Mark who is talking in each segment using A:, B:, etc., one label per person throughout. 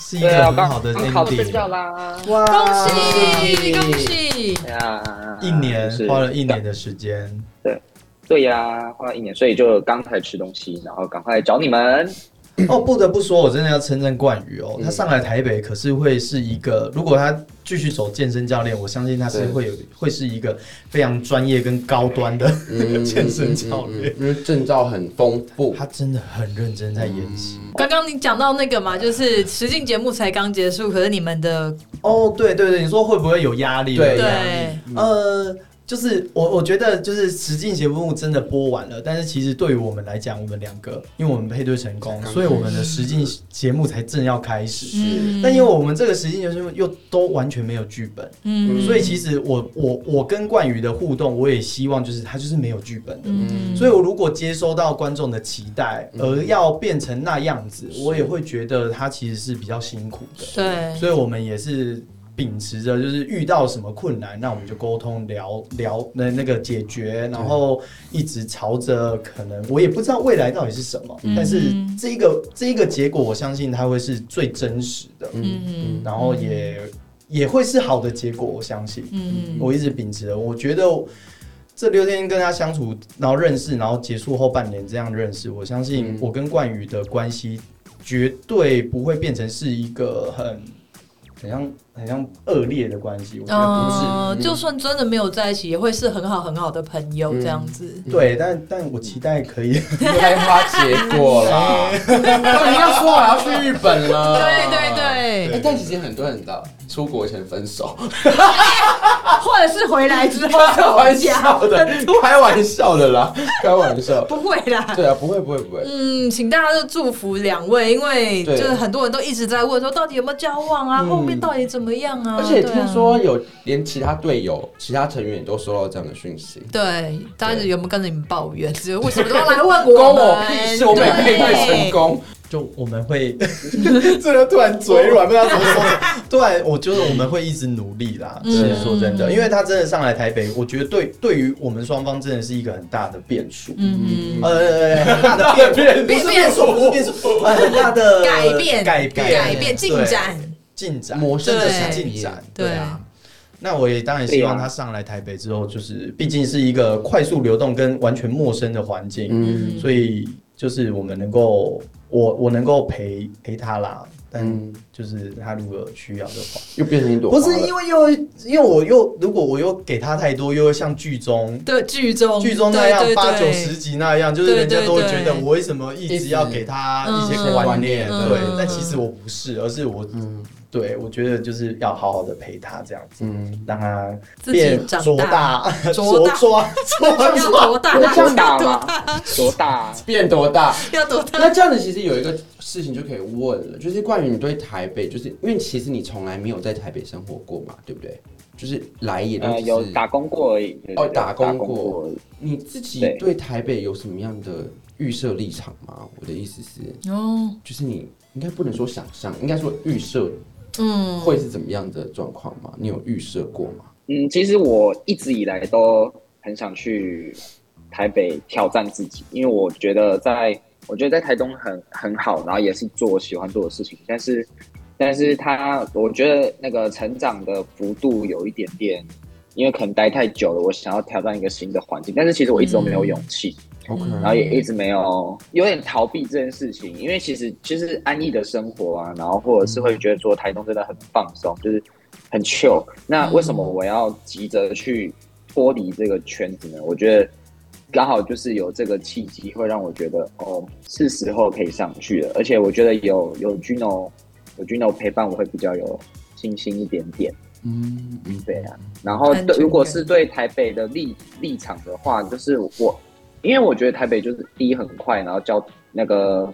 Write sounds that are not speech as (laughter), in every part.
A: 是一
B: 对
A: 个
B: 啊，我
A: 很
B: 刚
A: 好的
B: 刚考了证照
A: ending。
B: 啦。
C: 哇，
D: 恭喜恭！喜！
B: 对啊，
A: 一年
B: 就是
A: 花了一年的时间，
B: 对呀，花了一年，所以就刚才吃东西，然后赶快来找你
D: (laughs)
B: 们。
A: 哦，不得不说，我真的要称赞冠宇哦，
B: 嗯
A: 他上来台北可是会是一个，如果他继续走健身教练，我相信他是
E: 对
A: 会有会是一个非常专业跟高端的
E: 嗯
A: (laughs) 健身教练
E: 嗯嗯嗯嗯因为证照很丰富。
A: 他真的很认真在演习。
D: 刚刚你讲到那个嘛，就是实境节目才刚结束，可是你们的
A: 哦，对对对，你说会不会有压力？
E: 对
D: 对
A: 呃，就是我我觉得就是实境节目真的播完了，但是其实对于我们来讲，我们两个因为我们配对成功，所以我们的实境节目才正要开始。
D: 嗯
A: 但因为我们这个实境节目又都完全没有剧本，
D: 嗯
A: 所以其实我我我跟冠宇的互动，我也希望就是他就是没有剧本的。
D: 嗯
A: 所以，我如果接收到观众的期待，而要变成那样子，我也会觉得他其实是比较辛苦的。
D: 对，
A: 所以我们也是秉持着就是遇到什么困难，那我们就沟通聊聊那那个解决，然后一直朝着可能我也不知道未来到底是什么，
D: 嗯
A: 但是这一个这一个结果，我相信它会是最真实的，
D: 嗯
A: 然后也也会是好的结果，我相信。
D: 嗯
A: 我一直秉持着，我觉得这六天跟他相处，然后认识，然后结束后半年这样认识，我相信
E: 嗯
A: 我跟冠宇的关系绝对不会变成是一个很很像很像恶劣的关系，我觉得不是。
D: 呃，就算真的没有在一起，也会是很好很好的朋友这样子。
A: 对，但但我期待可
D: 嗯
A: 以，
E: 嗯开花结果啦！都已经要说好要去日本了，
D: 对对。哦对，
E: 哎，但其实很多人的出国前分手，
D: 或者是回来之后
E: (laughs) 开玩笑的，开玩笑的啦，开玩笑。
D: 不会啦。
E: 对啊，不会不会不会，
D: (laughs) 嗯，请大家就祝福两位，因为就
E: 对
D: 是很多人都一直在问说，到底有没有交往啊？
E: 嗯
D: 后面到底怎么样啊？
E: 而且
D: 对啊
E: 听说有连其他队友、其他成员也都收到这样的讯息。
D: 对，大家有没有跟着你们抱怨？就是为什么都要来问
E: 关
D: 我们？
E: 我屁事！我们也配对成功，
A: (laughs) 就我们会， (laughs) 这个突然嘴软，不知道怎么说。突然，我觉得我们会一直努力啦。其
D: 嗯
A: 实说真的，
D: 嗯
A: 因为他真的上来台北，我觉得对对于我们双方真的是一个很大的变数。
D: 嗯，
A: 呃，很大的变变变数，不是变数，呃很大的
D: 改变，
A: 改变、
D: 改变，进
A: 对、
D: 展，
A: 进展，
E: 模式
A: 真的
D: 的
A: 是
D: 改
A: 进
E: 变
A: 展，
D: 对
A: 对啊。那我也当然希望
B: 对啊
A: 他上来台北之后，就是毕竟是一个快速流动跟完全陌生的环境，
E: 嗯
A: 所以就是我们能够，我我能够陪陪他啦。但
E: 嗯，
A: 就是他如果有需要的话，
E: 又变成一朵
A: 不
E: 花了。
A: 是因为又因为我又如果我又给他太多，又会像剧中
D: 对，剧中
A: 剧中那样
D: 嗯对对
A: 八九
D: 对
A: 十集那样，就是人家都会觉
D: 对
A: 得
D: 对对
A: 我为什么一直要给他一些观念，
E: 嗯
D: 嗯
A: 对
D: 嗯，
A: 但其实我不是，而是我
E: 嗯
A: 对我觉得就是要好好的陪他这样子，
E: 嗯，
A: 让他
D: 自己
A: 变
D: 长
A: 茁
D: 大，
A: 大、 (laughs)
D: 茁
A: 茁
D: 大
A: 壮、
D: 要
A: 茁壮。
D: 多大？
B: 有这样
D: 要
B: 打
D: (laughs) 多
B: 吗
D: 大？？
B: 多大？
E: 变多大？
D: 要多大？
E: (laughs) 那这样子其实有一个事情就可以问了，就是关于你对台北，就是因为其实你从来没有在台北生活过嘛，对不对？就是来也都
B: 呃，
E: 只
B: 有
E: 是
B: 打工过而已。
E: 哦
B: 有
E: 打工过
B: 过而已。
E: 你自己
B: 对
E: 对台北有什么样的预设立场吗？我的意思是，
D: 哦，
E: 就是你应该不能说想象，应该说预设
D: 嗯，
E: 会是怎么样的状况吗？你有预设过吗？
B: 嗯，其实我一直以来都很想去台北挑战自己，因为我觉得在我觉得在台东很很好，然后也是做我喜欢做的事情，但是但是它我觉得那个成长的幅度有一点点，因为可能待太久了，我想要挑战一个新的环境，但是其实我一直都没有勇气，
E: OK，
D: 嗯
B: 然后也一直没有有点逃避这件事情，因为其实其实安逸的生活啊，然后或者是会觉得说台东真的很放松，就是很 chill。那为什么我要急着去脱离这个圈子呢？我觉得刚好就是有这个契机，会让我觉得哦，是时候可以上去了。而且我觉得有有 Gino 有 Gino 陪伴，我会比较有信心一点点。
E: 嗯嗯，
B: 对啊，然后
D: 安
B: 对，
D: 全
B: 如果
D: 感
B: 是对台北的立立场的话，就是我，因为我觉得台北就是第一很快，然后交那个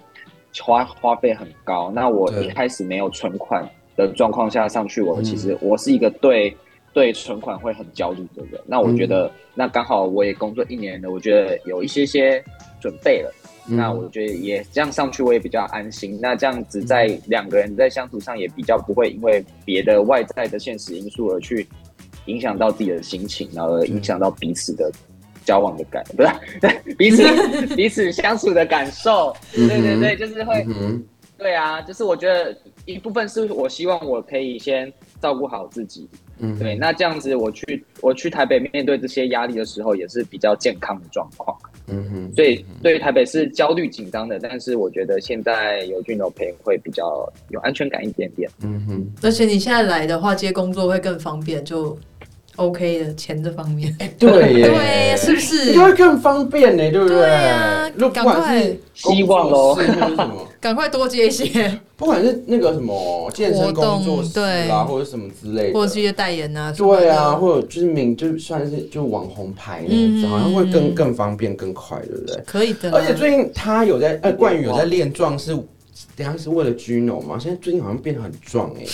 B: 花花费很高。那我
E: 对
B: 一开始没有存款的状况下上去，我
E: 嗯
B: 其实我是一个对对存款会很焦虑的人。那我
E: 嗯
B: 觉得，那刚好我也工作一年了，我觉得有一些些准备了。
E: 嗯
B: 那我觉得也这样上去，我也比较安心。那这样子在
E: 嗯
B: 两个人在相处上也比较不会因为别的外在的现实因素而去影响到自己的心情，然后影响到彼此的交往的感，不 (laughs)
E: (laughs)
B: 是彼此彼此相处的感受。对对对，就是会
E: 嗯嗯哼
B: 对啊，就是我觉得一部分是我希望我可以先照顾好自己，
E: 嗯，
B: 对，那这样子我去我去台北面对这些压力的时候，也是比较健康的状况。
E: 嗯哼，
B: 所以对于台北是焦虑紧张的，但是我觉得现在有俊柔陪会比较有安全感一点点。
E: 嗯哼，
D: 而且你现在来的话，接工作会更方便，就 OK 的钱这方面。
E: 哎对耶，
D: 对，是不是
E: 就？会更方便呢，对不
D: 对啊
E: 如果不管是
B: 赶快希望
E: 喽，
B: 咯
E: 或者什么，
D: 赶快多接一些，
E: 不管是那个什么健身工作室
D: 活
E: 啦，
D: 动对
E: 或者什么之类
D: 或者是
E: 的。
D: 一些代言啊。
E: 对啊，
D: 什么
E: 或者就是名，就算是就网红牌那样
D: 嗯
E: 子，
D: 啊
E: 好像会更更方便、更快，对不对
D: 的，？可以的啦。
E: 而且最近他有
B: 哎
E: 在，呃，冠宇有在练壮，是等一下是为了 Gino 嘛？现在最近好像变得很壮
D: (laughs)
E: 哎、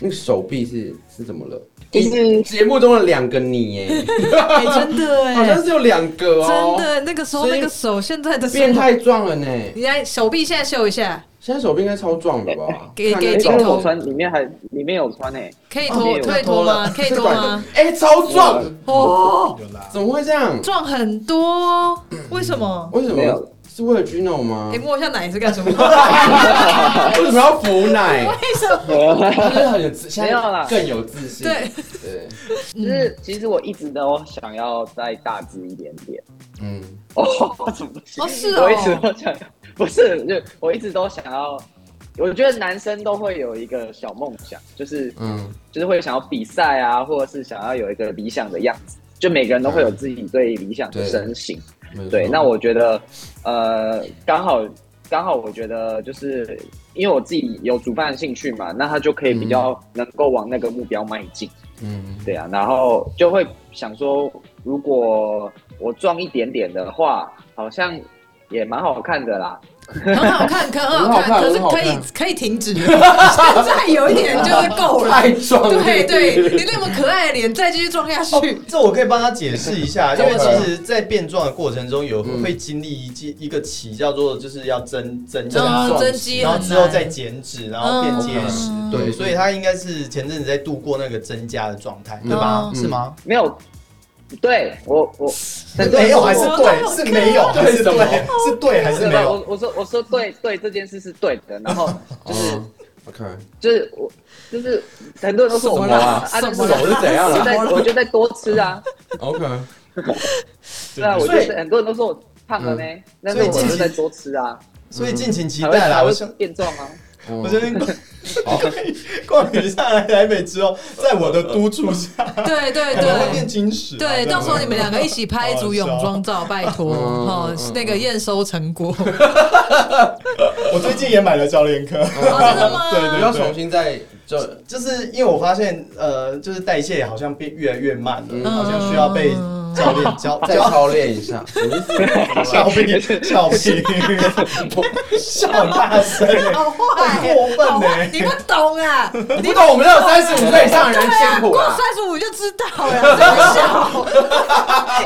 E: 那个手臂是是怎么了？
B: 就是
E: 节目中的两个你
D: (laughs)
E: 哎、
D: 哎真的
E: 好
D: 哎
E: 像，是有两个哦、
D: 真的那个时候
E: 所以
D: 那个手，现在的手
E: 变，态壮了呢、
D: 你来手臂现在秀一下，
E: 现在手臂应该超壮的吧？
D: 哎给
E: 看那
D: 给
E: 照
D: 镜
E: 片
D: 头
B: 我哎穿里面还里面有穿诶、
D: 可以
B: 哦
D: 脱
B: 有
D: 可以脱吗？可以脱吗？？
E: 哎、超壮！
D: 哦，
A: 有啦，
E: 怎么会这样？
D: 壮很多哦，为什么？
E: 为什
B: 没
E: 么
B: 有？
E: 是为了 Gino 吗
D: 你？摸一下奶是干什么？为
E: 为什么要扶奶？
D: 什么？
E: 他就是很有自，现
B: 没有
E: 在
B: 啦
E: 更有自信。
D: 对，
E: 对，
D: 嗯
B: 就是其实我一直都想要再大只一点点。
E: 嗯，
B: 哦，怎么 (laughs) 不行
D: 哦是哦
B: 我一直都想，不是，就我一直都想要。我觉得男生都会有一个小梦想，就是
E: 嗯，
B: 就是会想要比赛啊，或者是想要有一个理想的样子。就每个人都会有
E: 嗯
B: 自己对理想的身形。
E: 没错
B: 对，那我觉得，呃，刚好刚好，我觉得就是因为我自己有主办兴趣嘛，那他就可以比较能够往那个目标迈进。
E: 嗯，
B: 对啊，然后就会想说，如果我壮一点点的话，好像也蛮好看的啦。
D: 嗯很好看，可很
E: 很
D: 好
E: 好
D: 看，
E: 看
D: 可是
E: 很好
D: 可以
E: 看
D: 可以停
E: (laughs)
D: 止，现在有一点就是够了。
E: 太壮了。
D: 对对，你那么可爱的脸再继续装下
A: 哦
D: 去，
A: (laughs) 这我可以帮他解释一
D: (laughs)
A: 下，因为
E: OK
A: 其实，在变壮的过程中，有
E: 嗯
A: 会经历一季一个期，叫做就是要增增
D: 然
A: 加
D: 后
A: 重，
D: 哦增肌
A: 然后
D: 很
A: 之后再
D: 难。
A: 减脂，然后变结实。
D: 嗯
A: 对，
E: 嗯
A: 所以他应该是前阵子在度过那个增加的状态，对吧？
D: 嗯
A: 是吗？
B: 没有，对我我
A: 没有还是
B: 我
A: 对，是没有还是
E: 对
A: 对，是对还是没有？
B: 我我说我说对对这件事是对的，然后就是
E: 嗯，OK，
B: 就是我就是很多人都说我
E: 什么啊
B: 啊，但是
D: 什
B: 我
D: 么啦
E: 手是怎样
B: 就
E: 了
B: 在我就在多吃啊，(laughs)
E: ？OK，哦
B: 对啊，我
A: 所
B: 就
A: 以
B: 是很多人都说我胖了呢，
A: 嗯
B: 但是我就在多吃
A: (laughs)
B: 啊，
A: 所以敬请期
B: 才会
A: 待啦！
B: 才
A: 我
B: 会
A: 想，
B: 变壮啊。
E: 嗯
A: 我觉得 (laughs)
E: 好
A: 冠宇上来台北之后，在我的督促下，
D: 对对
A: (laughs) 可能会变
D: 对。
A: 金石啊。
D: 对，
A: 不
D: 到时候你们两个一起拍一组泳装照，拜托
E: 嗯
D: 哦
E: 嗯嗯，
D: 那个验收成
E: (laughs)
D: 果。
A: 我最近也买了教练课，
D: 哦真的吗
A: 对对
E: 不
A: 对，
E: 要重新再就
A: 就是因为我发现，呃，就是代谢好像变越来越慢了，
E: 嗯
A: 好像需要被
D: 嗯
A: 教练教
E: 再
A: 教
E: 操练
D: (laughs)
E: 一下。你是
A: 笑屁笑屁， (laughs) 笑大声欸，
D: 好坏，
A: 很过分
D: 好坏
A: 欸
D: 你不懂啊！
E: 不懂我们这三十五岁以上的人
D: 对啊，
E: 辛苦
D: 过
E: 啊！
D: 三十五就知道了，真笑，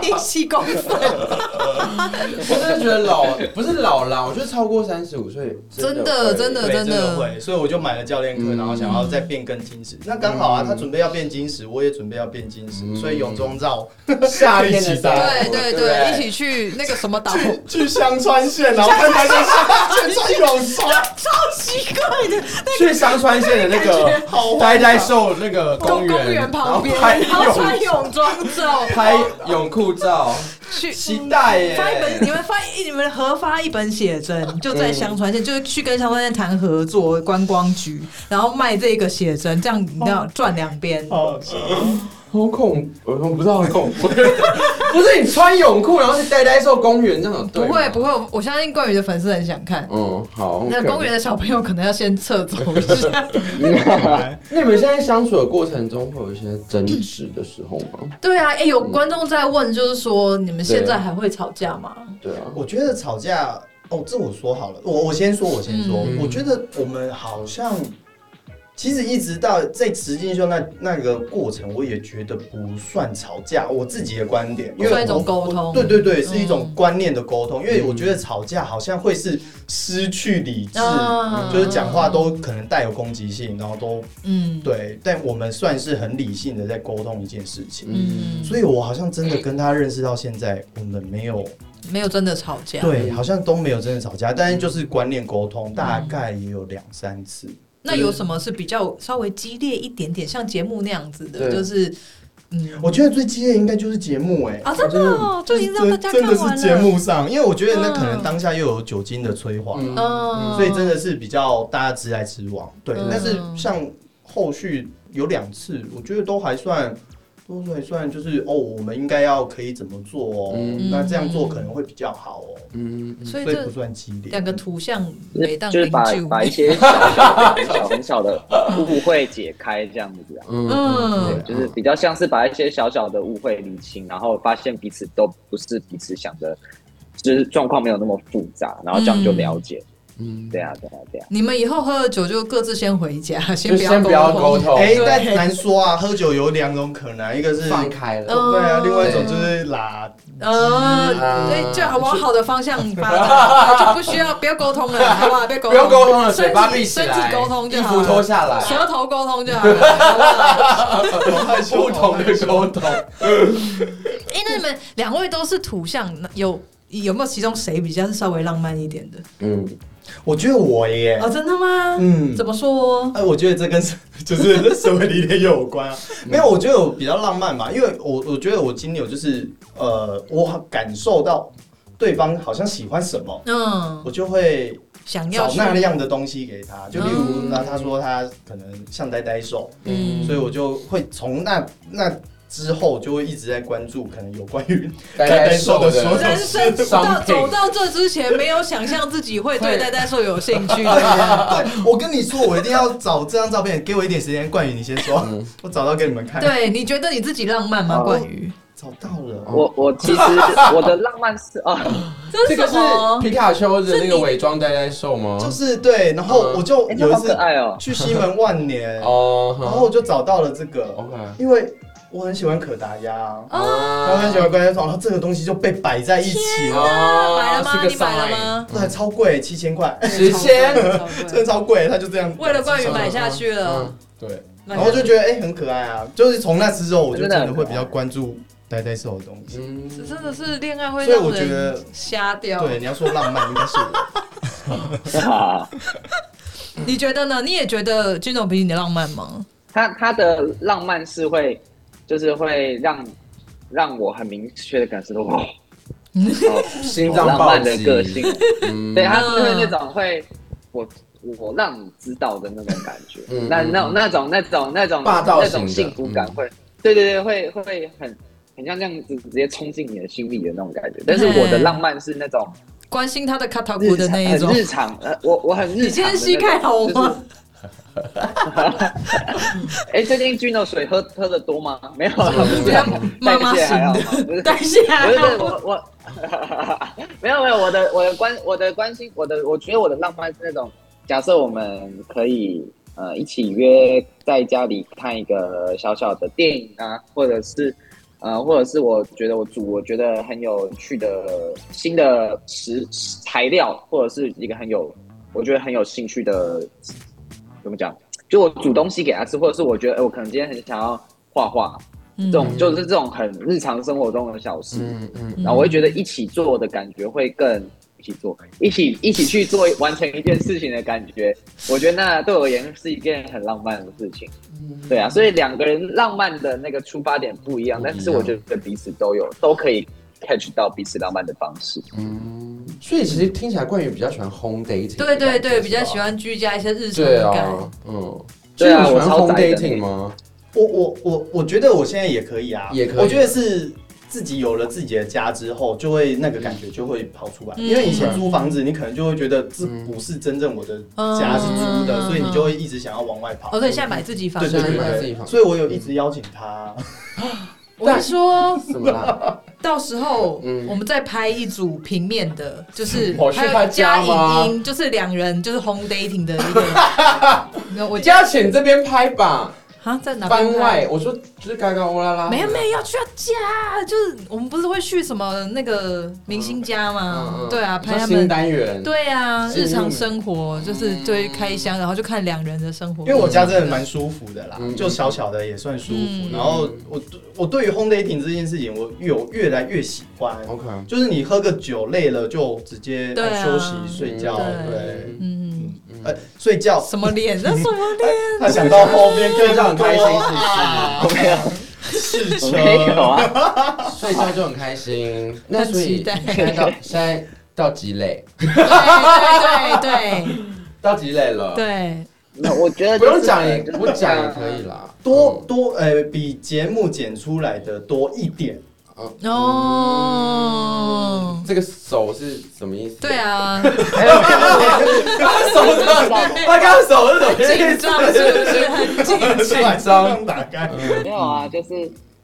D: 引起公愤。
E: 我真的觉得老不是老啦，我觉得超过三十五岁
D: 真的
E: 会
D: 真的
A: 对，真的会，所以我就买了教练课，
E: 嗯
A: 然后想要再变更精实。那刚好啊，
E: 嗯
A: 他准备要变精实，我也准备要变精实，
E: 嗯
A: 所以泳装照
E: 夏天
A: 一
E: 的
A: 起
E: 时候
A: 打
D: 对对对，一
E: 起
D: 起去那个什么岛，
A: (laughs) 去香川县，然后看他在 (laughs) 去穿泳装，
D: 超奇怪的
E: 去香川县的那个
A: 好
E: 呆呆兽那个
D: 公
E: 园，
D: 公园旁边，
E: 然
D: 然后
E: 后
D: 穿
E: 拍泳
D: 泳装走
E: 拍泳裤照，
D: 去。
E: 期待耶！
D: 发一本，你们发一，你们合发一本写真，就在香川县，就是去跟香川县谈合作观光局，然后卖这个写真，这样你知
E: 哦
D: 道赚两边。
A: 好笑
E: 好恐，我我不知道很恐
D: (laughs)
E: 怖，不是你穿泳裤然后去呆呆兽公园这种，
D: 不会不会，我我相信冠宇的粉丝很想看。
E: 嗯好，
D: 那
E: OK
D: 公园的小朋友可能要先撤走一
A: (laughs)
D: 下。
E: 那你们现在相处的过程中会有一些争执的时候吗？
D: 对啊，哎、有观众在问，就是说你们现在还会吵架吗？
E: 对啊，
A: 我觉得吵架哦，这我说好了，我我先说，我先说，
E: 嗯
A: 我觉得我们好像其实一直到在慈进秀那那个过程，我也觉得不算吵架，我自己的观点，因为
D: 算一种
A: 我
D: 沟
A: 我
D: 通
A: 对对对，是一种
D: 嗯
A: 观念的沟通，因为我觉得吵架好像会是失去理智，
D: 啊
A: 就是讲话都可能带有攻击性，然后都
D: 嗯，
A: 对，但我们算是很理性的在沟通一件事情。
D: 嗯，
A: 所以，我好像真的跟他认识到现在，我们没有
D: 没有真的吵架，
A: 对，好像都没有真的吵架，但是就是观念沟
D: 嗯
A: 通，大概也有两三次。
D: 那有什么是比较稍微激烈一点点，像节目那样子的，
E: 对
D: 就是嗯，
A: 我觉得最激烈应该就是节目、哎、
D: 啊，真的哦，就已经让大家
A: 真
D: 看
A: 的
D: 完了，
A: 是节目上，因为我觉得那可能当下又有酒精的催化，
E: 嗯
D: 嗯，
A: 所以真的是比较大家直来直往。对，
D: 嗯
A: 但是像后续有两次，我觉得都还算。都还算就是哦，我们应该要可以怎么做哦？
E: 嗯
A: 那这样做可能会比较好哦，
E: 嗯，嗯
D: 所以
A: 所以不
D: 这
A: 算激烈。
D: 两个图像
B: 就是
D: 每当
B: 就是
D: 零
B: 把
D: 九，
B: 把一些小小很小很小的误会解开这样
A: (laughs)
B: 子啊，
E: 嗯
D: 嗯
E: 对
B: 就是比较像是把一些小小的误会理清，然后发现彼此都不是彼此想的，就是状况没有那么复杂，然后这样就了解。
E: 嗯
B: 对啊，对啊，对啊。
D: 你们以后喝了酒就各自先回家，先不要
E: 先不要沟
D: 通。
E: 通，
A: 哎、
D: 对
A: 但难说啊，喝酒有两种可能，一个是
E: 放开了，
D: 嗯
A: 对啊，另外一种就是拉，
D: 呃，
E: 嗯啊
D: 对，就往好的方向发展，就不需要不要沟通
E: (laughs)
D: 了，好不好？不要沟通，
E: 不要沟通了，
D: 身
E: 嘴巴闭
D: 体
E: 起
D: 身
E: 来，
D: 体沟通
E: 衣
D: 就好
E: 服脱
D: 了，
E: 下来，
D: 舌头沟通就
E: (laughs)
D: 好了。好不好
E: 不同的沟通，
D: 哎、那你们两位都是图像，那有有没有其中谁比较是稍微浪漫一点的？
E: 嗯，
A: 我觉得我耶，
D: 哦，真的吗？
A: 嗯
D: 怎么说？
A: 哎、我觉得这跟 (laughs) 就是社会理念也有关啊。没有，我觉得我比较浪漫吧，因为我我觉得我金牛就是呃，我感受到对方好像喜欢什么，
D: 嗯，
A: 我就会
D: 想要
A: 找
D: 去，
A: 那样的东西给他。就例如
D: 嗯，
A: 那他说他可能像呆呆兽，
D: 嗯
A: 所以我就会从那那之后就会一直在关注，可能有关于
E: 呆呆
A: 瘦
E: 瘦
A: 的
E: 的
A: 所有
D: 人生到
E: 商品
D: 走到这之前，没有想象自己会对
E: 会
D: 呆呆兽有兴趣的。
E: (laughs)
A: 对，我跟你说，我一定要找这张照片，给我一点时间。冠宇，你先说，
E: 嗯
A: (laughs) 我找到给你们看。，
D: 对，你觉得你自己浪漫吗？
B: 哦
D: 冠宇，
A: 找到了。
B: 我我其实
A: (laughs)
B: 我的浪漫是啊，
D: 这
E: 这
D: 是
E: 个
D: 什
E: 是
D: 么？
E: 皮卡丘的那个伪装呆呆兽吗？
A: 就是对，然后
E: 嗯
A: 我就
B: 哎，
A: 有一
B: 这好可
A: 次
B: 爱哦。
A: 去西门万年，
E: (laughs) 哦，
A: 然后我就找到了这个，
E: OK，
A: 因为我很喜欢可达鸭，
D: 啊，
A: 我很喜欢关键虫，然后这个东西就被摆在一起了，
E: 哦
D: 买了吗？
E: 是个
D: 你买了
E: sign
D: 吗？
A: 那还超贵，七千块，
E: 直接
A: (laughs) 真的超贵，他就这样
D: 为了冠宇买下去了
E: 嗯，
A: 对，
D: 买
A: 然后
D: 下
A: 就觉得哎很可爱啊，就是从那之后我就真
B: 真的很
A: 的会比较
B: 可爱
A: 关注呆呆兽的东西。
E: 嗯，
D: 这真的是恋爱会
A: 所以
D: 让
A: 我觉得
D: 人瞎掉。
A: 对，你要说浪漫应该是我。 (laughs)
B: 哈哈
D: 你觉得呢？你也觉得军总比你的浪漫吗？
B: 他他的浪漫是会，就是会让让我很明确的感受
D: (laughs)
B: 到哇，好
E: 心
B: 好
E: 脏
B: 浪
E: 暴
B: 漫的
E: 击，
B: 个性，
E: 嗯
D: 啊
B: 对，他是会那种会我我让你知道的那种感觉，
E: 嗯
B: 那
E: 嗯
B: 那那种那种那种
E: 霸道
B: 那
E: 型
B: 种
E: 的
B: 幸福感
E: 嗯
B: 会，对对对，会会很很像这样子直接冲进你的心里的那种感觉。但是我的
D: 嗯
B: 浪漫是那种
D: 关心他的卡塔
B: 日
D: 古的
B: 常
D: 那一
B: 很
D: 种。
B: 日常，呃，我我很日常的那种。
D: 你今天膝盖好
B: 就是
D: 吗？
B: 哎，最近 Gino 水喝喝的多吗？没有啊，不
D: 比
B: 是
D: 较
B: 啊
D: (laughs) 妈妈
B: 代谢
D: 型
B: 还好吗？
D: 的，
B: 不是。
D: 代谢
B: 不
D: 还
B: 是不是
D: 好。
B: 我我， (laughs) 没有没有我的我的关我的关心我的我觉得我的浪漫是那种，假设我们可以呃一起约在家里看一个小小的电影啊，或者是呃或者是我觉得我煮我觉得很有趣的新的食材料，或者是一个很有我觉得很有兴趣的怎么讲，就我煮东西给他吃，或者是我觉得哎、我可能今天很想要画画，
D: 嗯
B: 这种就是这种很日常生活中的小事。
E: 嗯嗯
B: 然后我会觉得一起做的感觉会更一起做，一起一起去做完成一件事情的感觉，我觉得那对我而言是一件很浪漫的事情。
E: 嗯
B: 对啊，所以两个人浪漫的那个出发点不一样，
E: 不一样
B: 但是我觉得彼此都有都可以 catch 到彼此浪漫的方式。
E: 嗯，所以其实听起来冠宇比较喜欢 home dating，
D: 对对对，比较喜
E: 欢，
D: 欢居家一些日常
E: 对
D: 的感
E: 啊。，嗯，
B: 对啊
E: 所以你喜欢
B: 我超
E: home
B: 宅的
E: dating 吗？
A: 我我我我觉得我现在也可以啊，
E: 也可以
A: 我觉得是自己有了自己的家之后，就会那个感觉就会跑出来。
D: 嗯
A: 因为以前租房子，你可能就会觉得这
E: 嗯
A: 不是真正我的家是租的，
D: 嗯
A: 所以你就会一直想要往外跑
D: 哦，。对，现在买自己房
A: 对
D: 子
A: 对
E: 现在买
A: 对
E: 自己
A: 对，
E: 房
A: 所以我有一直邀请他，
D: 我跟你说， (laughs)
E: 怎么啦？
D: 到时候
E: 嗯
D: 我们再拍一组平面的，就是
E: 我去
D: 还有
E: 他
D: 加
E: 家吗
D: 影音，就是两人就是 home dating 的
E: (laughs)
D: 一个。没有我
E: 我
D: 家
E: 家请这边拍吧，
D: 啊在哪边
E: 番
D: 拍？
E: 外。我说就是嘎嘎欧啦啦，
D: 没有没有要去他家，就是我们不是会去什么那个明星家吗？
E: 嗯，嗯
D: 对啊，
E: 你
D: 拍
E: 说
D: 他
E: 新
D: 们。
E: 单元，
D: 对啊，
E: 新
D: 日常生活就是对开箱，然后就看两人的生活。
A: 因为我家真的蛮舒服的啦，
E: 嗯
A: 就小小的也算舒服。
D: 嗯
A: 然后我我对于 home dating 这件事情，我越我越来越喜欢。
E: ，OK，
A: 就是你喝个酒累了就直接
D: 对啊
A: 休息睡觉，
D: 对
A: 对，
D: 嗯，
A: 呃，睡觉。
D: 什么
A: (laughs)
D: 脸？那什么
E: 哎
D: 脸？
A: 他想到后面更
E: 睡觉很开心，是不是？
B: 我没
A: 啊
E: (laughs)
B: 有，
A: 试车，
B: 我没有啊，
E: 睡觉就很开心。那所以
D: 期待
E: (laughs) 现在到现在到几垒？
D: 对对对
E: 到几垒了？
D: 对，对，
B: 那我觉得
E: 不
B: 就是啊
E: 用讲也
B: 就是
E: 不讲也可以啦。
A: 多多呃，比节目剪出来的多一点。
E: (laughs) 嗯，嗯
D: 哦，
E: 这个手是什么意思？
D: 对，
E: (laughs)
D: 啊，
E: 他手的，他刚刚手是什么意思？
D: 紧张是不是很紧张？
E: 紧张
A: 打开，
B: 没有啊，就是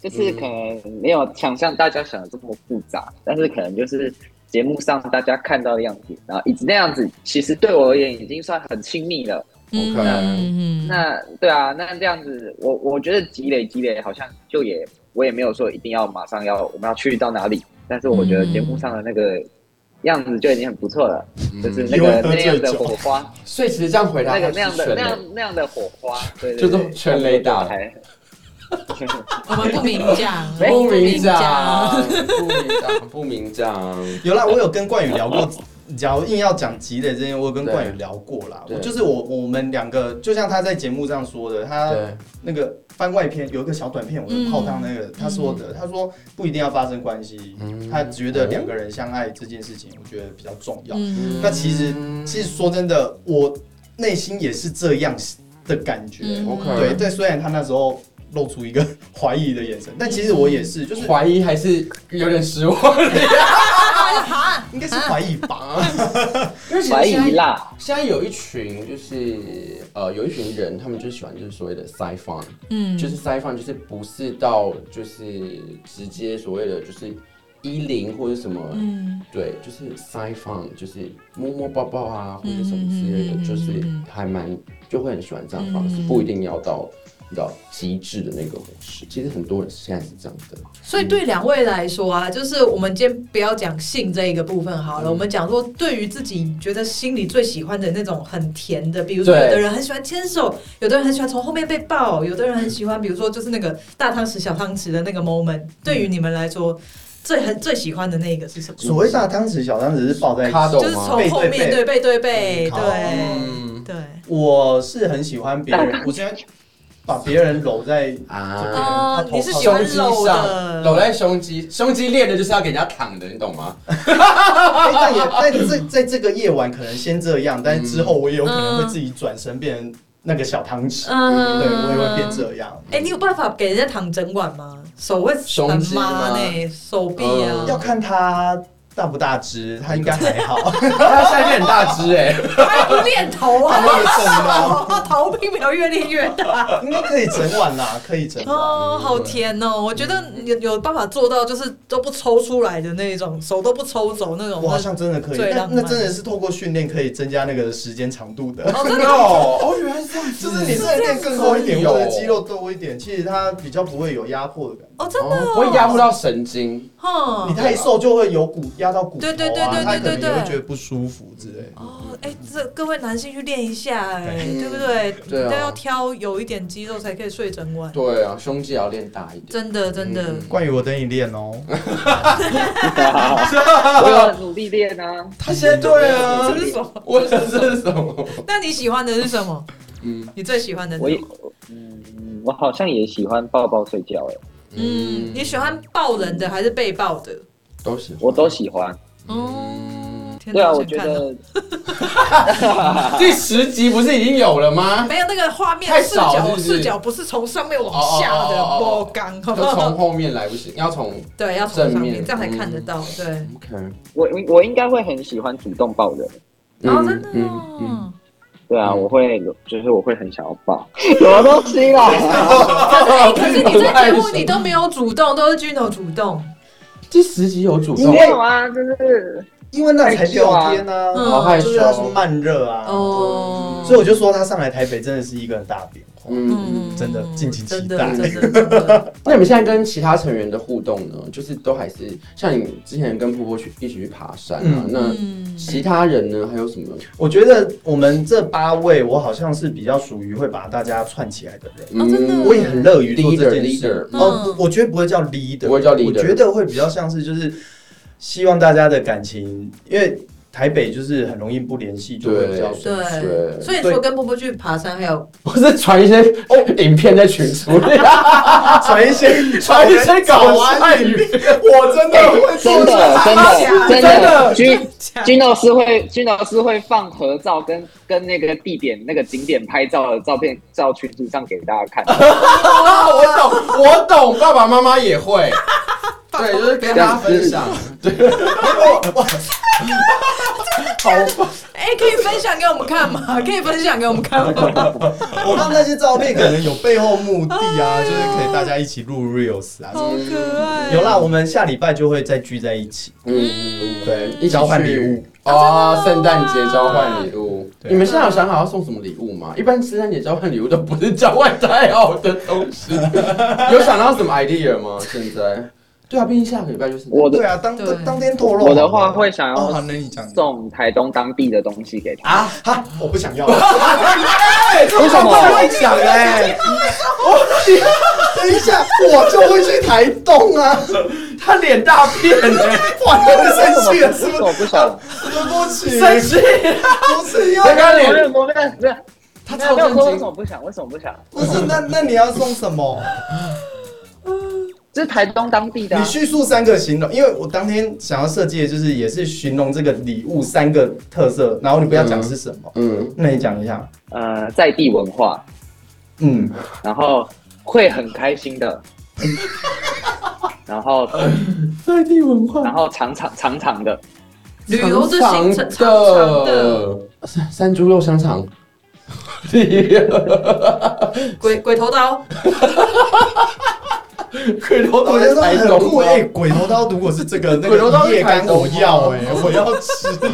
B: 就是可能没有想象大家想的这么复杂，但是可能就是节目上大家看到的样子，然后一直那样子，其实对我而言已经算很亲密了。
D: 嗯
E: OK
D: 嗯嗯
B: 那对啊，那这样子，我我觉得积累积累好像就也我也没有说一定要马上要我们要去到哪里，但是我觉得节目上的那个样子就已经很不错了，就是那
A: 因为
B: 个
A: 喝
B: 那
A: 醉
B: 样的
A: 酒
B: 火花，
E: 所以其实这样回答
B: 那个
E: 他
B: 那样
E: 是
B: 的
E: 全
B: 那样
E: 垒。
B: 那样的火花，对对
E: 就
B: 对，
E: 是全雷打
B: 还。
D: 我们不明讲，
E: (laughs) 不明
D: 明
E: 讲，不明讲，不明讲。
A: 有啦，我有跟冠宇聊过，假如硬要讲积累这些，我有跟
E: 对
A: 冠宇聊过啦。
E: 对
A: 我就是我我们两个，就像他在节目上说的，他
E: 对，嗯
A: 那个番外篇有一个小短片，我有泡汤那个、他说的，他说不一定要发生关系，
E: 嗯
A: 他觉得两个人相爱这件事情，我觉得比较重要。
D: 嗯
A: 那其实
E: 嗯
A: 其实说真的，我内心也是这样的感觉。
D: 嗯
E: OK
A: 对，
E: (laughs)
A: 但虽然他那时候露出一个 (laughs) 怀疑的眼神，但其实我也是，就是
E: 怀疑还是有点失望，
D: 嗯
A: 应该是怀疑
D: 啊
A: 吧。
E: (laughs) 因为其实
B: 怀
E: 现在
B: 疑啦，
E: 现在有一群就是呃，有一群人，他们就喜欢就是所谓的 sci-fi，
D: 嗯
E: 就是 sci-fi 就是不是到就是直接所谓的就是一零或者什么，
D: 嗯
E: 对，就是 sci-fi 就是摸摸抱抱啊或者什么之类
D: 嗯嗯嗯嗯嗯
E: 的，
D: 嗯
E: 就是还蛮就会很喜欢这样的方式，
D: 嗯
E: 不一定要到你知道极致的那个模式。其实很多人现在是这样的，
D: 所以对两位来说啊，就是我们今天不要讲性这一个部分好
E: 嗯
D: 了，我们讲说对于自己觉得心里最喜欢的那种很甜的，比如说
E: 对
D: 有的人很喜欢牵手，有的人很喜欢从后面被抱，有的人很喜欢，比如说就是那个大汤匙小汤匙的那个 moment，对
E: 嗯
D: 于你们来说最很最喜欢的那个是什么？
A: (laughs) 所谓大汤匙、小汤匙是抱在一起。
E: 卡懂
D: 就是
E: 吗？
D: 从后面对背对背，
A: 嗯好
D: 对
E: 嗯
D: 对。
A: 我是很喜欢别人，我喜欢把别人搂在
E: 啊。
D: 哦
A: 啊，
D: 你是喜
E: 胸
D: 欢
E: 肌
D: 搂
E: 上，
D: 的，
E: 搂在胸肌，胸肌练的就是要给人家躺的，你懂吗？
A: 哎但也但在在这个夜晚可能先这样，但是之后我也有可能会自己转身变成那个小汤匙，
D: 嗯
A: 对我也会变。这样。
D: 哎、你有办法给人家躺整晚吗？手会
E: 胸肌
D: 很麻
E: 吗
D: 呢，手臂
E: 嗯
A: 要
D: 啊。
A: 看他大不大只，他应该还好。
E: 他现在变很大只哎、
D: 还不练头啊？
A: 他练什么
D: 他 (laughs) 头并没有越练越大。
A: (laughs) 应该可以整晚啦，可以整晚。嗯
D: 哦，好甜哦！我觉得有有办法做到，就是都不抽出来的那种，手都不抽走那种。
A: 我好像真的可以
D: 哦最，
A: 那
D: 浪漫
A: 那真的是透过训练可以增加那个时间长度的，
D: (laughs) 哦，真的
E: 哦，哦，原来是这样
A: (laughs) 就
E: 子，
A: 是你真的练更厚一点，
E: 真的哦
A: 或者肌肉多一点，其实它比较不会有压迫的感觉。
D: 哦，真的哦
E: 哦不会压迫到神经。
A: 你
D: 哼。
A: 太瘦就会有骨压到骨头
D: 哦对
A: 啊，
D: 对对对
A: 它可
D: 对
A: 能
D: 对
A: 也会
D: 对
A: 觉得不舒服之类的。
D: 哦，哎，这各位男性去练一下，哎，
E: 对
D: 对不对？
E: 对啊
D: 都要挑有一点肌肉才可以睡整晚。
E: 对嗯啊，胸肌也要练大一点。
D: 真的，真的。
A: 关于我等你练哦，
B: (laughs) 我要努力练啊，
E: 他现在对
D: 这
E: 啊
D: 是什么？
E: 我这是什么？
D: 那你喜欢的是什么？
E: 嗯
D: 你最喜欢的是
B: 我
D: 什
B: 也
D: 么？
B: 嗯，我好像也喜欢抱抱睡觉哎、
D: 嗯，你喜欢抱人的还是被抱的？
E: 都喜欢，
B: 我都喜欢。
E: 嗯
D: 哦，天哪
B: 对啊，我
D: 想
B: 觉
D: 看了
B: 得
E: 第十集不是已经有了吗？
D: 啊没有那个画面
E: 太
D: 视
E: 少
D: 角，
E: 是不是
D: 视角不是从上面往下
E: 哦哦
D: 的
E: 哦哦
D: 波
E: 哦
D: 刚，好不
E: 就
D: 好
E: 从后面来不行，要从
D: 对，要从上
E: 正
D: 面，
E: 面嗯
D: 这样才看得到。对，
E: OK。
B: 我我应该会很喜欢主动抱人。
D: 然后哦真的
E: 嗯嗯
D: 哦，
B: 对啊，
E: 嗯
B: 我会就是我会很想要抱， (laughs) 什么东西啊啦？
D: 哎
E: 嗯 (laughs)
D: 可是你在节目你都没有主动，都是 Gino 主动。
E: 第十集有主
A: 因
E: 动
B: 没
A: 为，
B: 有啊，就是
A: 因为那才六天呢、
D: 嗯
E: 好害羞
A: 就是它是慢热啊，
D: 哦，
A: 所以我就说他上来台北真的是一个很大的变化。
E: 嗯，
A: 真的敬请期
D: 真
A: 待
D: 的真的真的，
E: 那你们现在跟其他成员的互动呢？就是都还是像你之前跟婆婆去一起去爬山啊，
A: 嗯
E: 那
D: 嗯，
E: 其他人呢？还有什么？
A: 我觉得我们这八位，我好像是比较属于会把大家串起来的人。
D: 哦真的
E: 嗯
A: 我也很乐于做这
E: leader
A: 件事
E: leader，。
D: 嗯
A: 哦，不我觉得不会叫 leader，
E: 不会叫 leader
A: 我觉得会比较像是就是希望大家的感情，因为台北就是很容易不联系，就会比较疏
D: 对
E: 对
D: 所以除了跟波波去爬山，还有
E: 我是传一些哦影片在群组里，啊
A: 啊传一些
E: 传一些搞
A: 啊，
E: 笑语，
A: (laughs) 我真的会
B: 真的真的真
E: 真
B: 的
E: 的
B: 军军老师会军老师会放合照跟跟那个地点那个景点拍照的照片照群组上给大家看。
E: 啊，我懂，我懂，爸爸妈妈也 (laughs) 会。对，就是跟大家分享。对，好吧，
D: 哎，可以分享给我们看吗？可以分享给我们看吗？
A: 我看那些照片可能有背后目的啊，就是可以大家一起录 reels 啊。
D: 好可爱，
A: 有啦，我们下礼拜就会再聚在一起，
E: 嗯，
A: 对
E: 一起去
A: 交换礼物
E: 哦，圣诞节交换礼物。
A: 对
E: 你们现在有想好要送什么礼物吗？一般圣诞节交换礼物都不是交换太好的东西。有想到什么 idea 吗？现在？对啊，毕竟下个礼拜就是
B: 我的
A: 对啊，当
D: 对
A: 当天透露好了。
B: 我的话会想
A: 哦，好，
B: 要
A: 那你讲
B: 送台东当地的东西给他。
A: 啊？哈，我不想要。
E: (laughs)
B: 为什
A: 啊我
B: 么？
A: 会讲哎、 (laughs) 我 (laughs) 等一下，我就会去台东啊！
E: 他脸大变哎，
A: 哇，你们生气了是
B: 为
A: 不是？
B: 什么不想？
A: 对不起，
E: 生气，
A: 不是因
E: 他
A: 为
E: 刚
B: 我没
E: 脸
B: 有，我没有，没有，
E: 他
B: 没有
E: 超
B: 没有
E: 震
B: 说为什
E: 惊。
B: 么不想？为什么不想？
A: 不是那那你要送什么？
B: 这是台东当地的啊
A: 你。叙述三个形容，因为我当天想要设计的就是也是形容这个礼物三个特色，然后你不要讲是什么，
E: 嗯，
A: 那你讲一下。
B: 呃，在地文化，
A: 嗯，
B: 然后会很开心的。然后，
E: 在地文化
B: 然后长长长长的，
D: 旅游的行程长长的
E: 的山山猪肉香肠，
D: (laughs) 鬼鬼头刀，
E: 鬼头
A: 我觉得
D: 啊
A: 很酷哎、鬼头刀如果是这个那
E: 鬼头刀
A: 个
E: 是
A: 夜干，
E: 台东
A: 我
E: 吗
A: 要哎、我要吃。 (laughs)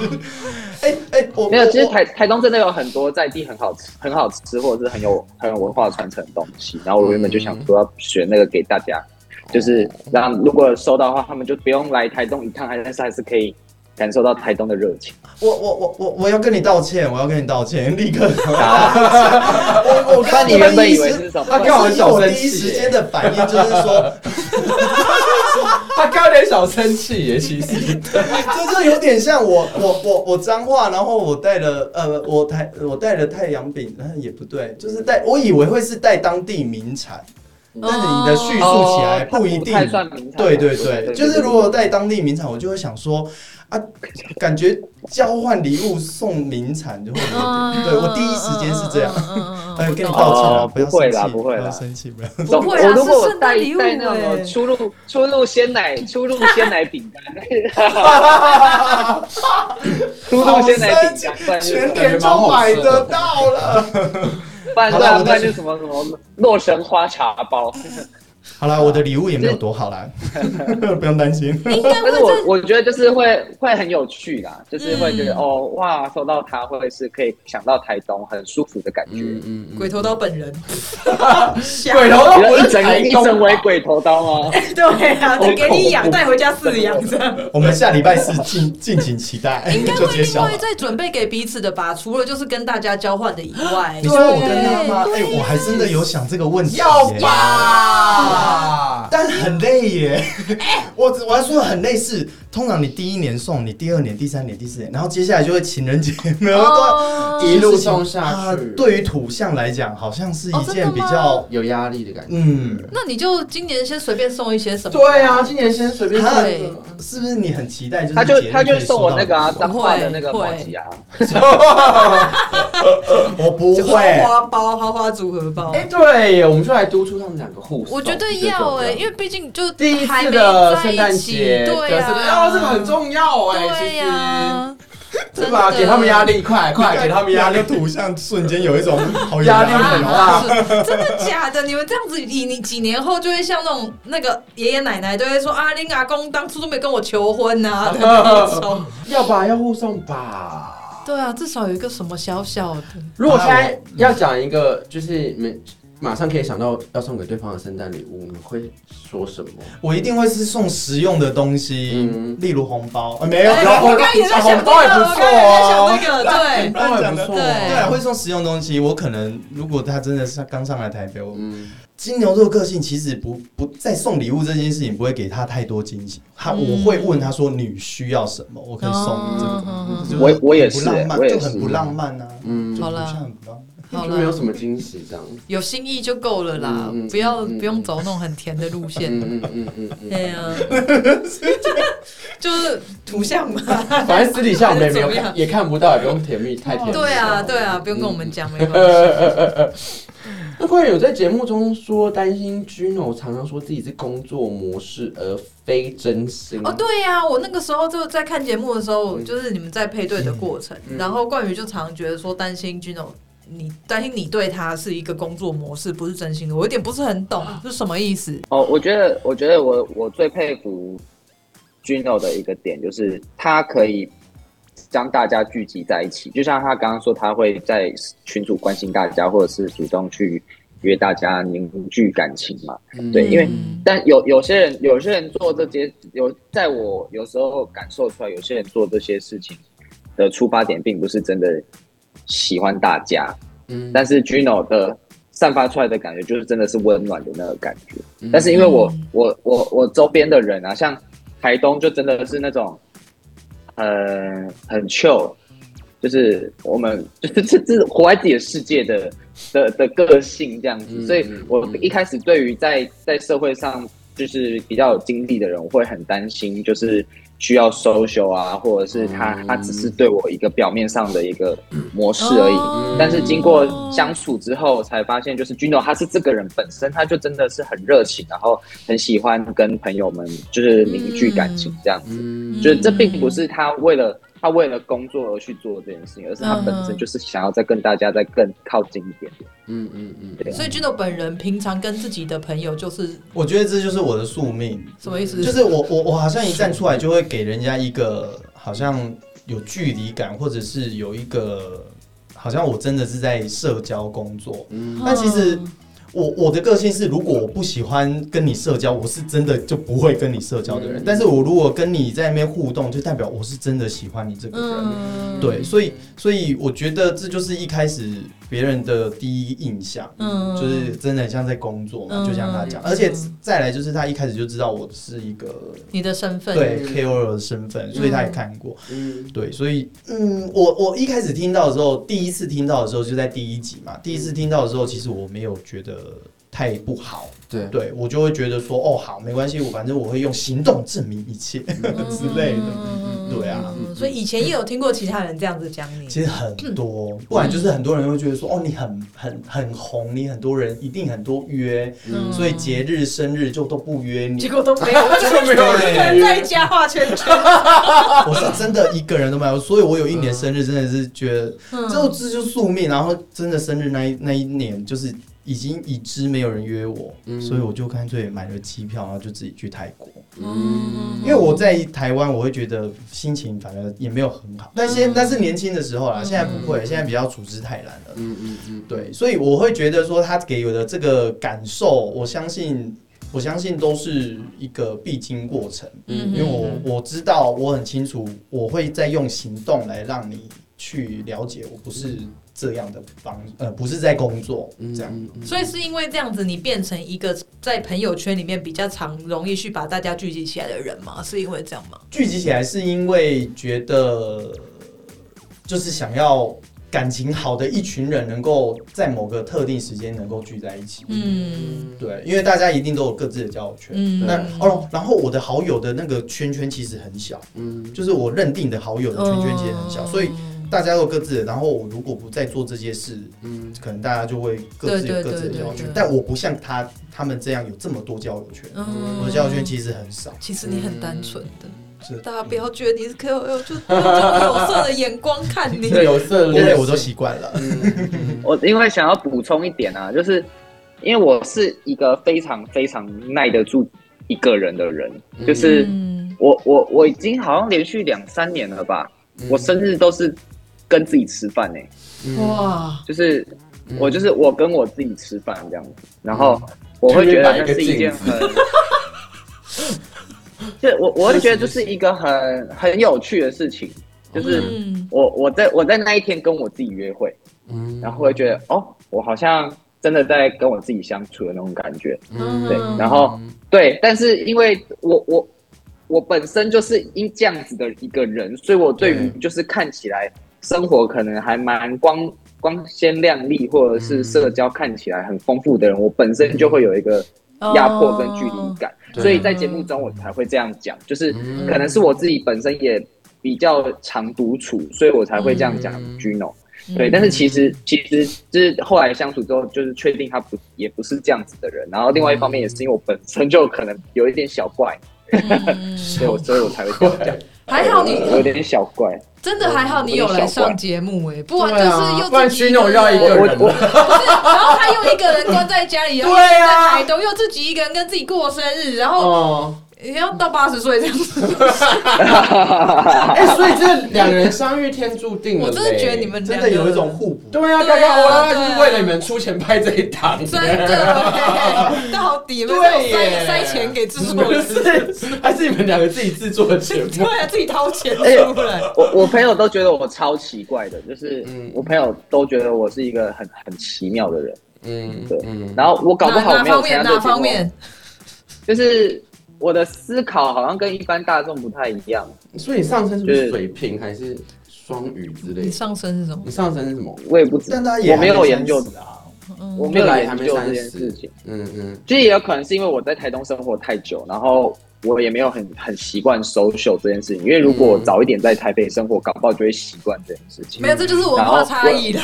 A: 哎哎、我
B: 没有，其实
A: 我
B: 台台东真的有很多在地很好吃、很好吃，或者是很有很有文化传承的东西。然后我原本就想说要选那个给大家，就是让如果收到的话，他们就不用来台东一趟，还但是还是可以感受到台东的热情。
A: 我我我我我要跟你道歉，我要跟你道歉，立刻。 (laughs) 我我
B: 那
A: 看
B: 你原本以为是什
E: 他
B: 么？
E: 给我很小
A: 我
E: 生
A: 第一
E: 气
A: 时
E: 耶
A: 间的反应就是说，
E: 他刚有点小生气耶，其实
A: 这就有点像我我我我脏话，然后我带了呃我太我带了太阳饼，嗯也不对，就是带我以为会是带当地名产，但是你的叙述起来
B: 哦它
A: 不一定
B: 太。算名产。
A: 对对对，就是如果带当地名产，我就会想说啊，感觉交换礼物送名产就会有点，
D: 啊
A: 对我第一时间是这样。
D: 样
A: 哎，跟你
D: 道
A: 道歉了，
B: 哦
A: 不要
B: 不会
A: 生
B: 啦
A: 气，
B: 不会啦
A: 要生气，不要。
D: 不会
B: 我
D: 啊，
B: 如
D: 是
B: 果我
D: 圣
B: 带
D: 诞礼物
B: 带那种
D: 哎，
B: 初露初露鲜
D: (laughs)
B: 奶初露鲜奶饼
A: (laughs)
B: 干，初露鲜奶饼干不然就是
A: 全年就买得到了。
B: 不然不然不然就是什么什么洛神花茶包。
A: 好啦，我的礼物也没有多好啦， (laughs) 不用担心。
D: 应该
B: 但
D: 会
B: 是
D: 在
B: 我我觉得就是会会很有趣啦，就是会觉得、
D: 嗯
B: 哦哇，收到它会是可以想到台东很舒服的感觉。
E: 嗯嗯嗯
D: 鬼头刀本人，
E: 鬼头
B: 你
E: 刀
B: 觉
E: 不
B: 得
E: 是
B: 一整
E: 台
B: 一
E: 东
B: 整尾鬼头刀吗？
D: 对啊，就给你养，带回家饲养这样。
A: (laughs) 我们下礼拜四敬敬请期待，
D: 应该
A: 就
D: 会
A: 揭
D: 另
A: 晓
D: 外
A: 了。
D: 再准备给彼此的吧，除了就是跟大家交换的以外，
A: 你说我跟他吗？哎，我还真的有想这个问题，
E: 要？吧？
A: 但很累耶。 (laughs) 我只我要说很类似，通常你第一年送，你第二年、第三年、第四年，然后接下来就会情人节，没有都
D: (laughs) 哦
A: 一路
E: 送
A: 情
E: 下去
A: 啊对于土象来讲，好像是
D: 哦
A: 一
D: 真
A: 件
D: 的
A: 比
D: 吗
A: 较
E: (laughs) 有压力的感觉。
A: 嗯。
D: 那你就今年先随便送一些什么？
E: 对啊，，今年先随便
A: 他
D: 对
A: 是不是你很期待？就是
B: 他就
A: 节日
B: 他
A: 可
B: 就
A: 以
B: 送我那个啊，
A: 收
B: 脏话的那个摩吉啊，
A: 到礼物我不
D: 就豪
A: 会。
D: 华包、豪华组合包。
E: 哎，对耶，我们就来督促他们两个互送。
D: 我觉得要哎、
E: 哎，
D: 因为毕竟就
E: 第一
D: 还
E: 次
D: 没
E: 的
D: 在
E: 圣诞
D: 一起，
E: 节，哦
D: 对啊
E: 的圣诞哦，这个很重要哎，
D: 对啊
E: 其
D: 呀、
E: 实。对吧？给他们压力，快快给他们压力
A: 那。 (laughs) 图像瞬间有一种好有
E: 压力
A: 力
E: 很
A: 哦。
E: 大
D: 是真的假的？你们这样子，你你几年后就会像那种那个爷爷奶奶都会说啊，你阿公当初都没跟我求婚
E: (laughs)
D: 呐、的那一种。
E: 要吧，要护送吧。
D: 对啊，至少有一个什么小小的。
E: 如果现在要讲一个，就是你们马上可以想到要送给对方的圣诞礼物，你会说什么？
A: 我一定会是送实用的东西，
E: 嗯
A: 例如红包，呃，没有，
D: 哎
E: 然后
D: 我刚刚也在想这
E: 红
D: 个，
E: 包也不
D: 我刚
E: 错
D: 刚也在想
E: 哦
D: 这个，对。
A: 刚刚讲
E: 不
A: 的
E: 错。
D: 对
A: 对，会送实用东西。我可能如果他真的是刚上来台北，我
E: 嗯，
A: 金牛座个性其实不不在送礼物这件事情不会给他太多惊喜，他、
D: 嗯
A: 我会问他说你需要什么，我可以送你这个。
D: 哦
A: 就是
B: 我我也是
A: 很不浪漫
B: 我也是
A: 就很不浪漫啊，
E: 嗯
A: 就
D: 好
A: 不
D: 啦
A: 像很不浪漫。
D: 好
E: 就没有
D: 了，
E: 什么惊喜这样。
D: 有心意就够了啦，
E: 嗯嗯
D: 不要、
E: 嗯
D: 不用走那种很甜的路线。啊
E: 嗯嗯嗯嗯嗯。
D: 对啊， (laughs) 就是图像嘛。
E: 反正私底下我们也没有
D: 怎么样
E: 看，也看不到，也不用甜蜜太甜蜜。
D: 对啊，对啊，不用跟我们讲，没关系。
E: 呃，那会有在节目中说担心 Gino 常常说自己是工作模式而非真心。
D: 哦，对呀、我那个时候就在看节目的时候，就是你们在配对的过程，
E: 嗯
D: 然后冠宇就常觉得说担心 Gino，你担心你对他是一个工作模式，不是真心的，我有点不是很懂，是什么意思？
B: 哦，我觉得，我觉得我我最佩服 Gino 的一个点就是他可以将大家聚集在一起，就像他刚刚说，他会在群组关心大家，或者是主动去约大家凝聚感情嘛。
E: 嗯
B: 对因为
D: 嗯
B: 但有有些人，有些人做这些，有在我有时候感受出来，有些人做这些事情的出发点，并不是真的喜欢大家，
E: 嗯
B: 但是 Gino 的散发出来的感觉，就是真的是温暖的那个感觉。但是因为我
D: 嗯
B: 我我我周边的人啊，像台东就真的是那种，呃，很 chill，就是我们 (laughs) 就是这这活在自己的世界的的的个性这样
E: 嗯
B: 子，所以我一开始对于在在社会上就是比较有经历的人，我会很担心，就是需要 social 啊，或者是他
E: 嗯
B: 他只是对我一个表面上的一个模式而已。
D: 哦
B: 但是经过相处之后，才发现就是 Gino 他是这个人本身，他就真的是很热情，然后很喜欢跟朋友们就是凝聚感情这样子。
E: 嗯
B: 就是这并不是他为了他为了工作而去做这件事情，而是他本身就是想要再跟大家再更靠近一点点。
E: 嗯嗯嗯，
B: 对
D: 所以 Gino 本人平常跟自己的朋友就是
A: 我觉得这就是我的宿命，
D: 什么意思？
A: 嗯就是我我我好像一站出来就会给人家一个好像有距离感，或者是有一个好像我真的是在社交工作。
E: 嗯
A: 但其实我我的个性是，如果我不喜欢跟你社交，我是真的就不会跟你社交的人。
E: 嗯
A: 但是我如果跟你在那边互动，就代表我是真的喜欢你这个人。
D: 嗯
A: 对，所以所以我觉得这就是一开始别人的第一印象，
D: 嗯
A: 就是真的很像在工作嘛，
D: 嗯
A: 就像他讲，
D: 嗯
A: 而且再来就是他一开始就知道我是一个
D: 你的身份
A: 对
E: 嗯
A: KOL 的身份，所以他也看过，
E: 嗯
A: 对，所以嗯，我我一开始听到的时候，第一次听到的时候就在第一集嘛，第一次听到的时候，其实我没有觉得太不好，
E: 对
A: 对我就会觉得说哦好，没关系，我反正我会用行动证明一切之类的。
D: 嗯
A: 对啊
D: 嗯所以以前也有听过其他人这样子讲
A: (laughs)
D: 你，
A: 其实很多，不然就是很多人会觉得说，哦，你很很很红，你很多人一定很多约，
D: 嗯
A: 所以节日、生日就都不约你
D: 结。果都没有，就是
E: 没有人
D: 一个人在家画圈圈，
A: 我是真的一个人都没有，所以我有一年生日真的是觉得，
D: 嗯
A: 这这就是宿命。然后真的生日那一那一年，就是已经已知没有人约我，
E: 嗯
A: 所以我就干脆买了机票，然后就自己去泰国。
E: 嗯
A: 因为我在台湾，我会觉得心情反而也没有很好，但现但是年轻的时候啦，现在不会，现在比较处之泰然了。
E: 嗯嗯嗯，
A: 对，所以我会觉得说他给我的这个感受，我相信，我相信都是一个必经过程，
D: 嗯
A: 因为我我知道我很清楚，我会再用行动来让你去了解，我不是这样的方，呃，不是在工作这样。
E: 嗯嗯
D: 所以是因为这样子，你变成一个在朋友圈里面比较常容易去把大家聚集起来的人吗？是因为这样吗？
A: 聚集起来是因为觉得，就是想要感情好的一群人能够在某个特定时间能够聚在一起。
D: 嗯
A: 对，因为大家一定都有各自的交友圈。
D: 嗯
A: 那哦，然后我的好友的那个圈圈其实很小，
E: 嗯
A: 就是我认定的好友的圈圈其实很小，
D: 嗯
A: 所以大家都有各自的。然后我如果不再做这些事，
E: 嗯
A: 可能大家就会各自有
D: 对对
A: 各自的交友
D: 对对
A: 圈
D: 对。
A: 但我不像他他们这样有这么多交友圈，
D: 嗯
A: 我的交友圈其实很少。
D: 其实你很单纯的，
A: 这
D: 大家不要觉得你是 KOL，就不要用有色的眼光看
A: (laughs)
D: 你。
E: 对，嗯有色
A: 我也
E: 类
A: 我都习惯了。
B: 我因为想要补充一点啊，就是因为我是一个非常非常耐得住一个人的人，
E: 嗯
B: 就是
D: 嗯，
B: 我我我已经好像连续两三年了吧，
E: 嗯
B: 我生日都是跟自己吃饭呢、
D: 哇，
B: 就是
E: 嗯
B: 我就是我跟我自己吃饭这样子，然后我会觉得那嗯是一件很， (laughs) 就我我会觉得这是一个很很有趣的事情，就是
D: 嗯
B: 我我在我在那一天跟我自己约会，
E: 嗯
B: 然后会觉得哦，我好像真的在跟我自己相处的那种感觉，
E: 嗯
B: 对
D: 嗯，
B: 然后对，但是因为我我我本身就是因这样子的一个人，所以我对于
E: 对
B: 就是看起来生活可能还蛮光光鲜亮丽，或者是社交看起来很丰富的人，我本身就会有一个
E: 嗯
B: 压迫跟距离感，
E: 对
B: 所以在节目中我才会这样讲，就是
E: 哦嗯
B: 可能是我自己本身也比较常独处，所以我才会这样讲
E: 嗯
B: Gino。
D: 嗯
B: 对，但是其实其实就是后来相处之后，就是确定他不也不是这样子的人。然后另外一方面也是因为我本身就可能有一点小怪，
D: 嗯
B: 所以我所以我才会这样讲。
D: 还好你
B: 我我有点小怪，
D: 真的还好你有来上节目哎，不然
E: 对啊
D: 就是又
E: 不然
D: 自己
E: Gino 要一
B: 我
E: (laughs) 个人啊
B: 我
E: 了，
D: 啊然后他又一个人关在家里，然后
E: (laughs) 对
D: 在
E: 啊
D: 台东又自己一个人跟自己过生日，然后
E: 哦，
D: 也要到八十岁这样
E: (laughs)
D: 子，
E: 哎，所以这两个人相遇天注定了嘞。
D: 我真的觉得你们
A: 真
D: 两
A: 的
D: 个
A: 有一种互补，
E: 对啊，
D: 对啊
E: 刚刚我刚
D: 对
E: 刚就是为了你们出钱拍这一档，
D: 真
E: (laughs)
D: 的 (laughs) 到底没有
E: 对耶
D: 塞，塞钱给制作
E: 不
D: 人，
E: 是，还是你们两个自己制作的节目？
D: 对啊，自己掏钱
B: 哎
D: 出来。
B: 我我朋友都觉得我超奇怪的，就是
E: 嗯
B: 我朋友都觉得我是一个很很奇妙的人。
E: 嗯，
B: 对
E: 嗯，
B: 然后我搞不好我
D: 哪哪
B: 没有
D: 方
B: 参加
D: 面？
B: 这个
D: 哪
B: 节
D: 方
B: 目，
D: 面？
B: 就是我的思考好像跟一般大众不太一样。
E: 所以你上身是不
B: 就是是
E: 水瓶还是双鱼之类
D: 你
E: 的？
D: 上身是什么
E: 你？上身是什么？
B: 我也不知，
A: 但他也
B: 我没有
A: 还没
B: 研究
A: 三十啊。
B: 我
D: 嗯，
B: 没有
E: 来还
B: 研
E: 没
B: 究这
E: 三
B: 件
E: 十
B: 事情。，
E: 嗯嗯，
B: 其实也有可能是因为我在台东生活太久，然后我也没有很很习惯 social 这件事情。因为如果我早一点在台北生活，搞不好就会习惯这件事情。
D: 嗯没有，这就是文
B: 然后
D: 化
B: 我
D: 差异了。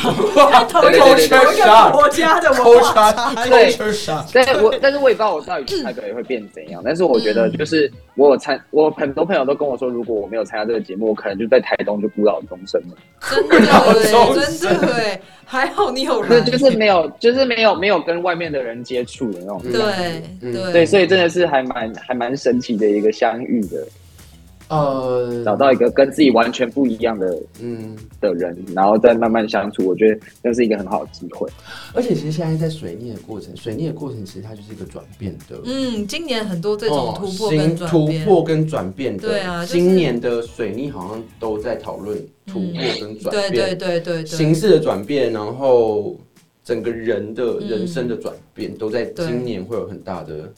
D: 同
B: 对
D: 一
B: 对
D: 个
B: 对对
D: 同一个国家的文化差异。
B: 对
A: Culture shock
B: 但我但是我也不知道我到底去台北会变怎样。但是我觉
D: 嗯
B: 得就是我有参，我很多朋友都跟我说，如果我没有参加这个节目，我可能就在台东就孤老终生了。
D: 真的
E: 老
D: 欸，
E: 终身
D: 真的欸，还好你有
B: 就是
D: 人，
B: 就是没有，就是没有没有跟外面的人接触的那种。
D: 对
E: 嗯
B: 对，
D: 对，
B: 所以真的是还蛮还蛮神奇的一个相遇的，
D: 嗯
E: 呃，
B: 找到一个跟自己完全不一样的
E: 嗯，
B: 的人，然后再慢慢相处，我觉得那是一个很好的机会。
E: 而且其实现在在水逆的过程，水逆的过程其实它就是一个转变的。
D: 嗯，今年很多这种
E: 哦
D: 突破
E: 新
D: 跟转
E: 突
D: 变，
E: 破跟转变的，
D: 对啊就是嗯
E: 今年的水逆好像都在讨论突破跟转
D: 对
E: 变，
D: 对对对对
E: 形，式的转变，然后整个人的
D: 嗯
E: 人生的转变，都在今年会有很大的。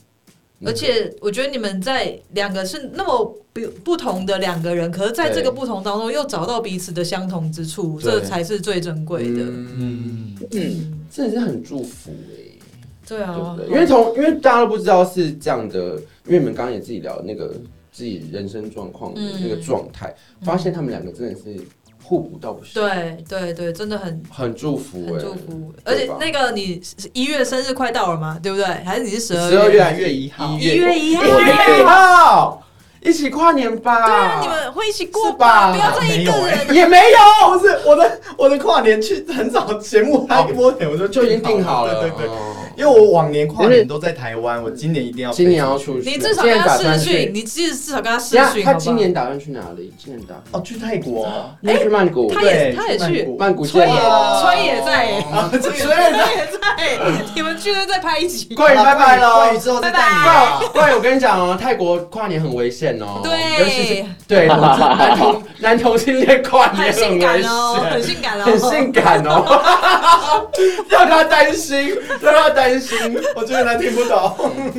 D: 而且我觉得你们在两个是那么不不同的两个人，可是在这
E: 对
D: 个不同当中又找到彼此的相同之处，
E: 对
D: 这才是最珍贵的。
E: 嗯，
B: 嗯，
E: 真的是很祝福哎、
D: 对
E: 对不
D: 啊，
E: 对？因为从因为大家都不知道是这样的，因为你们刚刚也自己聊那个自己人生状况的
D: 嗯
E: 那个状态，发现他们两个真的是互补到不行，
D: 对对对，真的很
E: 很祝福
D: 很
E: 哎、
D: 祝福。而
E: 对
D: 且
E: 吧
D: 那个你一月生日快到了嘛，对不对？还是你是十二
E: 十二
D: 月？
E: 月还月一号，
D: 一月一号
E: 一月一号，一起跨年吧！
D: 对啊，你们会一起过
E: 是吧
D: 不要再一个
A: 没有
D: 人。
E: 也没哎
A: 哦，不是我的我的跨年去很早节目还播点，我就
E: 有， (laughs) 哦就已经定好了，
A: 对对对，
E: 哦
A: 因为我往年跨年都在台湾，我今年一定要
E: 今年哦要出去，
D: 你至少
E: 今
D: 跟
E: 年打
D: 他
E: 算
D: 试
E: 去
D: 训，你至至少跟他试
E: 等一下
D: 训，
E: 他
D: 好不
E: 今
D: 好？
E: 年打算去哪里？今年打
A: 哦去泰国，
E: 你要去曼谷，
D: 哎他也
A: 对
D: 他也去
A: 曼
E: (laughs) 曼
A: 谷
E: 谷
D: 崔
E: 见
D: 也
E: 了，哦
A: 哇
D: 崔也在耶，
A: 啊，
E: (laughs)
A: 这
D: 崔也在，你们居然在拍一集，
E: 关羽拜拜喽
A: 关！羽之后再带
D: 拜
A: 你
D: 拜
A: 啊。
E: 关羽，我跟你讲哦，泰国跨年很危险哦，尤其是
D: 对，
E: 对同志男同男同性恋跨年
D: 很性
E: 很
D: 感
E: 危
D: 哦，很
E: 险。
D: 性感哦，
E: 很性感哦， (laughs) 让他担心，让他担心，
A: (laughs) 我觉得他听不懂，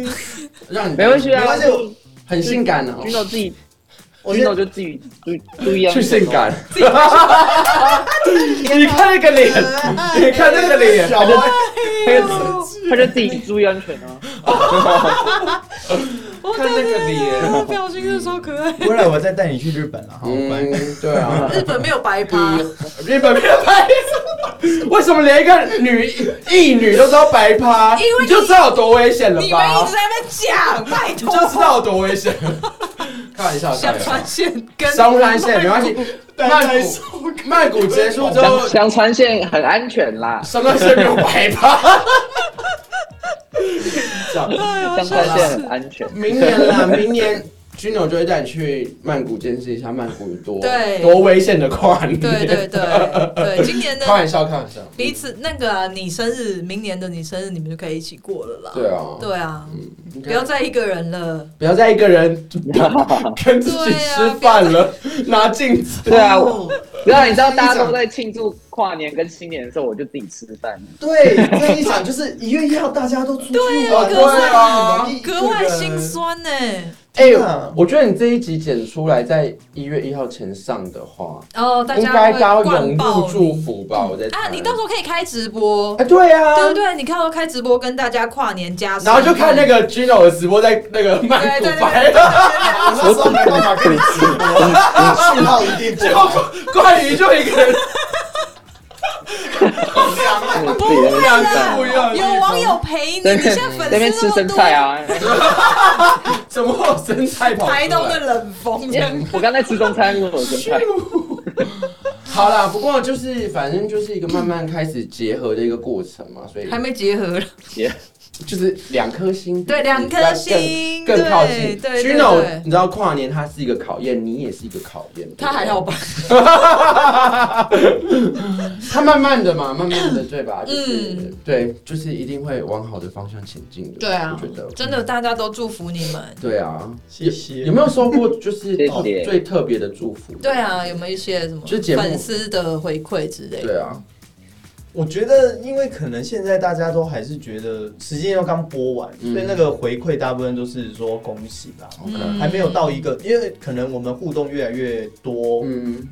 D: (laughs)
E: 让你
B: 没关系
A: 没
B: 啊
A: 关系，
E: 很性感哦，
B: ，Gino 自己
A: 我觉
B: ，Gino
A: 得
B: 就自己注注意安
E: 去
B: 全。啊
E: 性感，你看那个脸，你看那个脸，
A: 小啊薇
B: 他
D: 哎
B: 就他就自己注意安全啊。
D: 我
E: 看那个脸，
D: 的表情是超可爱。
A: 不然我再带你去日本啊了，好，拜拜。
E: 嗯，对啊，
D: 日本没有白趴，
E: 日本没有拍，为什么连一个女艺女都知道白趴？
D: 因为
E: 你就知道有多危险了
D: 你们一 (laughs)
E: 吧
D: 直？在那边讲，拜
E: (laughs) 你
D: 托
E: 就，知道有多危险。 (laughs) 开玩笑，开
D: 香
E: 玩笑
D: 川县跟
E: 香川县没关系，
D: (laughs)
E: 曼
A: 带
E: 谷曼谷结束之后
B: 香，香川县很安全啦，
E: 香川县没有白
D: (laughs)
E: 吧？这样
D: 哎呦
B: 香川县很安全。
E: 明年啦，明年 Gino 就会带你去曼谷见识一下曼谷有多
D: 对
E: 多危险的跨年。
D: 对对对对，今年的
E: 开玩笑，开玩笑。
D: 彼此那个啊，你生日，明年的你生日，你们就可以一起过了啦。
E: 对啊
D: 对啊，
E: 嗯，
D: 不要再一个人了。
E: 不要再一
B: (laughs)
E: 个人跟自己吃饭了，拿镜子。
B: 对啊，我然后你知道
A: 这一
B: 大家
A: 场
B: 都在庆祝跨年跟新年的时候，我就自己吃饭。
A: 对，这一场就是一月一号，大家都出去玩，
D: 对啊
E: 格外
A: 你们一
D: 格外
A: 一个人
D: 心酸呢、
E: 哎
A: 天哪，
E: 我觉得你这一集剪出来，在一月一号前上的话，
D: 哦，大
E: 应
D: 家会
E: 该大家
D: 灌
E: 涌入
D: 爆
E: 祝
D: 你
E: 福吧？我在
D: 啊！
E: 猜
D: 你到时候可以开直播，
E: 哎，对啊，
D: 对不对？你看到开直播跟大家跨年加生，
E: 然后就看那个 Gino 的直播在那个曼谷
D: 对对对
E: 拍
D: 对
E: 了，
A: 我那时候没办法跟你直播，我讯号一定不
E: 结
A: 好 (laughs)
E: 果。冠宇就一个人
B: 不会
E: 两个不一样的地方，
D: 有网友陪你，
B: 在
D: 你
B: 那
D: 现
B: 边
D: 在
B: 在那边
D: 粉
B: 吃
D: 丝那么
B: 生
D: 多，
B: 菜啊！
E: 怎么会有生菜跑出来
D: 台东的冷风这样。
B: 我刚才吃中餐，为什么有生菜？
E: 好啦，不过就是反正就是一个慢慢开始结合的一个过程嘛，所以
D: 还没结合了，
B: 也
E: 就是两颗心，
D: 对两颗心
E: 更
D: 对
E: 更靠近。
D: 对对
E: Gino，
D: 对
E: 你知道跨年它是一个考验，你也是一个考验。
D: 他还好吧？
E: 他慢慢的嘛，慢慢的，对吧？就是、
D: 嗯
E: 对，就是一定会往好的方向前进的。
D: 对啊
E: 我觉得，
D: 真的，大家都祝福你们。
E: 对啊。
A: 谢谢
E: 有没有收过就是
B: 谢谢
E: 最特别的祝福？
D: 对，啊，有没有一些什么
E: 就是节目
D: 粉丝的回馈之类的？
E: 对啊，
A: 我觉得，因为可能现在大家都还是觉得时间要刚播完，
E: 嗯
A: 所以那个回馈大部分都是说恭喜啦，
D: 嗯
A: 还没有到一个，因为可能我们互动越来越多
E: 嗯，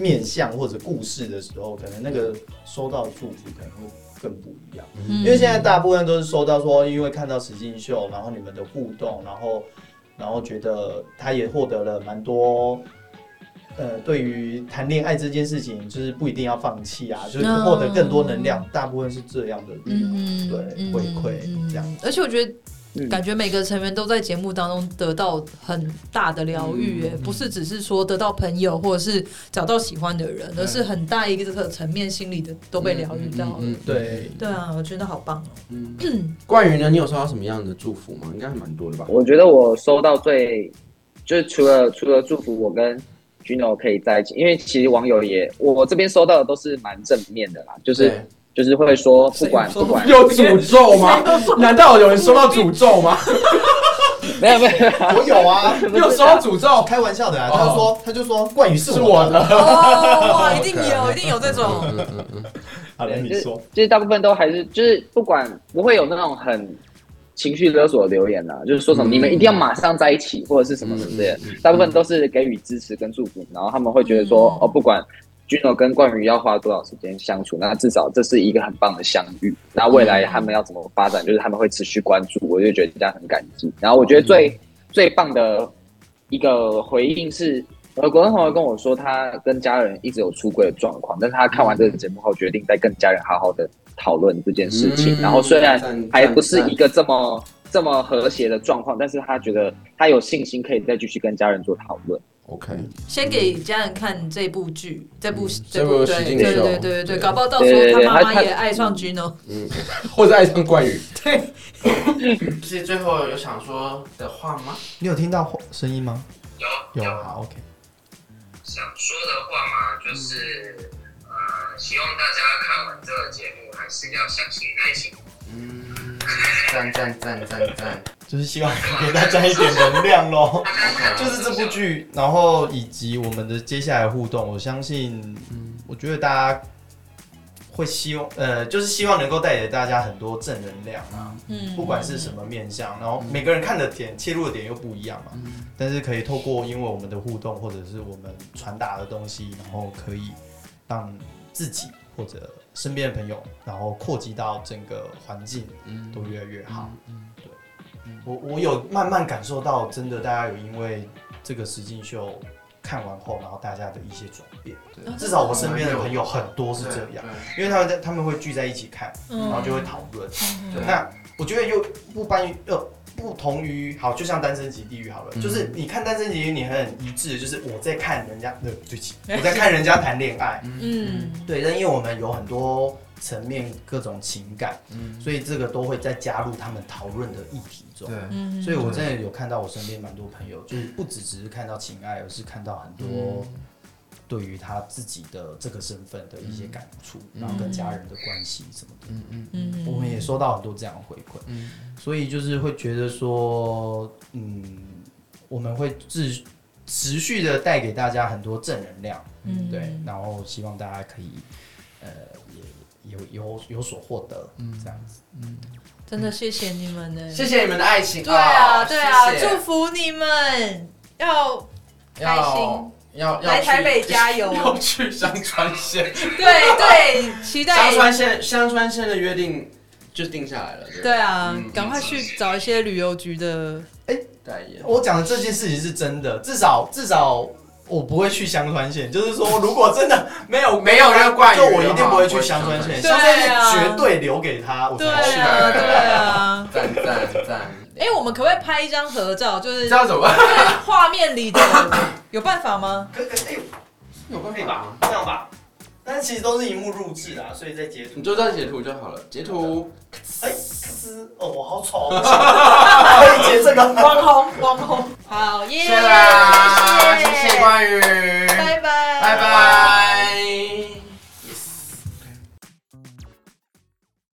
A: 面向或者故事的时候，可能那个收到的祝福可能会更不一样。
D: 嗯
A: 因为现在大部分都是收到说，嗯因为看到实境秀，然后你们的互动，然后然后觉得他也获得了蛮多，呃，对于谈恋爱这件事情，就是不一定要放弃啊，就是获得更多能量，大部分是这样的，
D: 嗯
A: 对回馈这样。
D: 而且我觉得
B: 嗯
D: 感觉每个成员都在节目当中得到很大的疗愈、
E: 嗯
D: 耶不是只是说得到朋友或者是找到喜欢的人，而是很大一个层面心理的都被疗愈到了。
E: 嗯，嗯
A: 对，
D: 对啊，我觉得好棒哦、
E: 嗯。冠宇呢，你有收到什么样的祝福吗？应该还蛮多的吧。
B: 我觉得我收到最，就是除了除了祝福我跟 Gino 可以在一起，因为其实网友也我这边收到的都是蛮正面的啦，就是
E: 对
B: 就是会说不管
D: 谁有
B: 不管
E: 有诅咒吗？难道有人收到诅咒吗？
B: 没有没有，
A: 我有啊，
E: 你有收到诅咒？
A: 开玩笑的啊，他就说他就说冠宇
E: 是
A: 是
E: 我
A: 我的，
E: 的。
D: (laughs) 哦，哇，一定有，一定有这种，
A: 好了，
B: 对
A: 你
B: 就是
A: 说，
B: 就是大部分都还是就是不管不会有那种很情绪勒索的留言啦，就是说什么
E: 嗯
B: 你们一定要马上在一起或者是什么之
A: 嗯
B: 类的，大部分都是给予支持跟祝福，然后他们会觉得说、
D: 嗯
B: 哦，不管 Gino 跟冠宇要花多少时间相处，那至少这是一个很棒的相遇。那未来他们要怎么发展，就是他们会持续关注，我就觉得这样很感激。然后我觉得最、
A: 嗯
B: 最棒的一个回应是，呃，国人朋友跟我说，他跟家人一直有出轨的状况，但是他看完这个节目后，决定再跟家人好好的讨论这件事情。
E: 嗯
B: 然后虽然
E: 赞
B: 还不是一个这么这么和谐的状况，但是他觉得他有信心可以再继续跟家人做讨论。
E: OK，
D: 先给家人看这部剧，这部
E: 嗯
D: 这
E: 这部
D: 部
E: 实
D: 对
E: 境
D: 对
E: 秀
D: 对对
E: 对
D: 对，搞不好到时候
B: 对
D: 他
B: 对对
D: 妈妈
B: 他他
D: 也爱上哦 Gino，
E: 嗯，或者爱上冠宇。
D: 对，
E: 是最后有想说的话吗？
A: 你有听到声音吗？有，有，好，OK。
C: 想说的话嘛，就是呃，希望大家看完这个节目还是要相信爱情。
E: 嗯，赞赞赞赞赞。
A: 就是希望给大家一点能量喽。 (laughs) 就是这部剧，然后以及我们的接下来互动，我相信，我觉得大家会希望，呃，就是希望能够带给大家很多正能量啊，
D: 嗯
A: 不管是什么面向，然后每个人看的点、切入的点又不一样嘛，但是可以透过因为我们的互动或者是我们传达的东西，然后可以让自己或者身边的朋友，然后扩及到整个环境
E: 嗯
A: 都越来越好。我我有慢慢感受到，真的大家有因为这个实境秀看完后，然后大家的一些转变。
D: 嗯
A: 至少我身边的朋友很多是这样，因为他们在他们会聚在一起看，
D: 嗯
A: 然后就会讨论。
E: 对
A: 那我觉得又不般于呃，不同于好，就像《单身级地狱》好了，就是你看《单身级地狱》，你很一致，就是我在看人家，对对不起，我在看人家谈恋爱。
D: 嗯，
A: 对，但因为我们有很多层面各种情感，
E: 嗯
A: 所以这个都会再加入他们讨论的议题中。
F: 对，
D: 嗯
A: 所以我真的有看到我身边蛮多朋友，就是不只只是看到情爱，而是看到很
D: 嗯
A: 多对于他自己的这个身份的一些感触，然后跟家人的关系什么的。
D: 嗯
A: 我们也收到很多这样的回馈，所以就是会觉得说，嗯，我们会持持续的带给大家很多正能量，
D: 嗯
A: 对，然后希望大家可以，呃，也有有有所获得，
D: 嗯
A: 这样子。
D: 真的谢谢你们欸呢，
F: 谢谢你们的爱情。
D: 对
E: 哦
D: 啊，对啊，
F: 谢谢
D: 祝福你们要开心
F: 要要要
D: 来台
F: 去
D: 北加
E: (laughs)
D: 油
F: 要去香川县。
D: 对对，期
E: 香
D: 待
E: 川县香川县的约定就定下来了，对
D: 对啊，
A: 嗯
D: 赶快去找一些旅游局的，
E: 代言。
A: 我讲的这件事情是真的，至少至少。我不会去香川县，就是说，如果真的没有
E: (laughs) 没有人怪
A: 就
E: 你
A: 我一
E: 的
A: 定
E: 话
A: 不会
E: 我
A: 去
E: 也
A: 香
E: 不
A: 川
E: 会
A: 县，
D: 对
A: 香川县
D: 啊
A: 绝对留给他，我才
D: 对
A: 去。
D: 啊对啊。
E: 赞赞
D: (laughs)
E: 赞！
D: 哎，我们可不可以拍一张合照？就是
E: 知道怎么办？
D: 画面里的，有办法吗？
A: 可可哎呦
E: 有办
A: 可以吧？？这样吧，但其实都是荧幕录制啊，所以在截图
E: 你。就这样截图就好了，截图
A: 哎，嘶哦，我好丑， (laughs) 可以截这个吗？
D: 网红，网红，好耶！
E: 谢啦，谢谢
D: 谢
E: 关羽。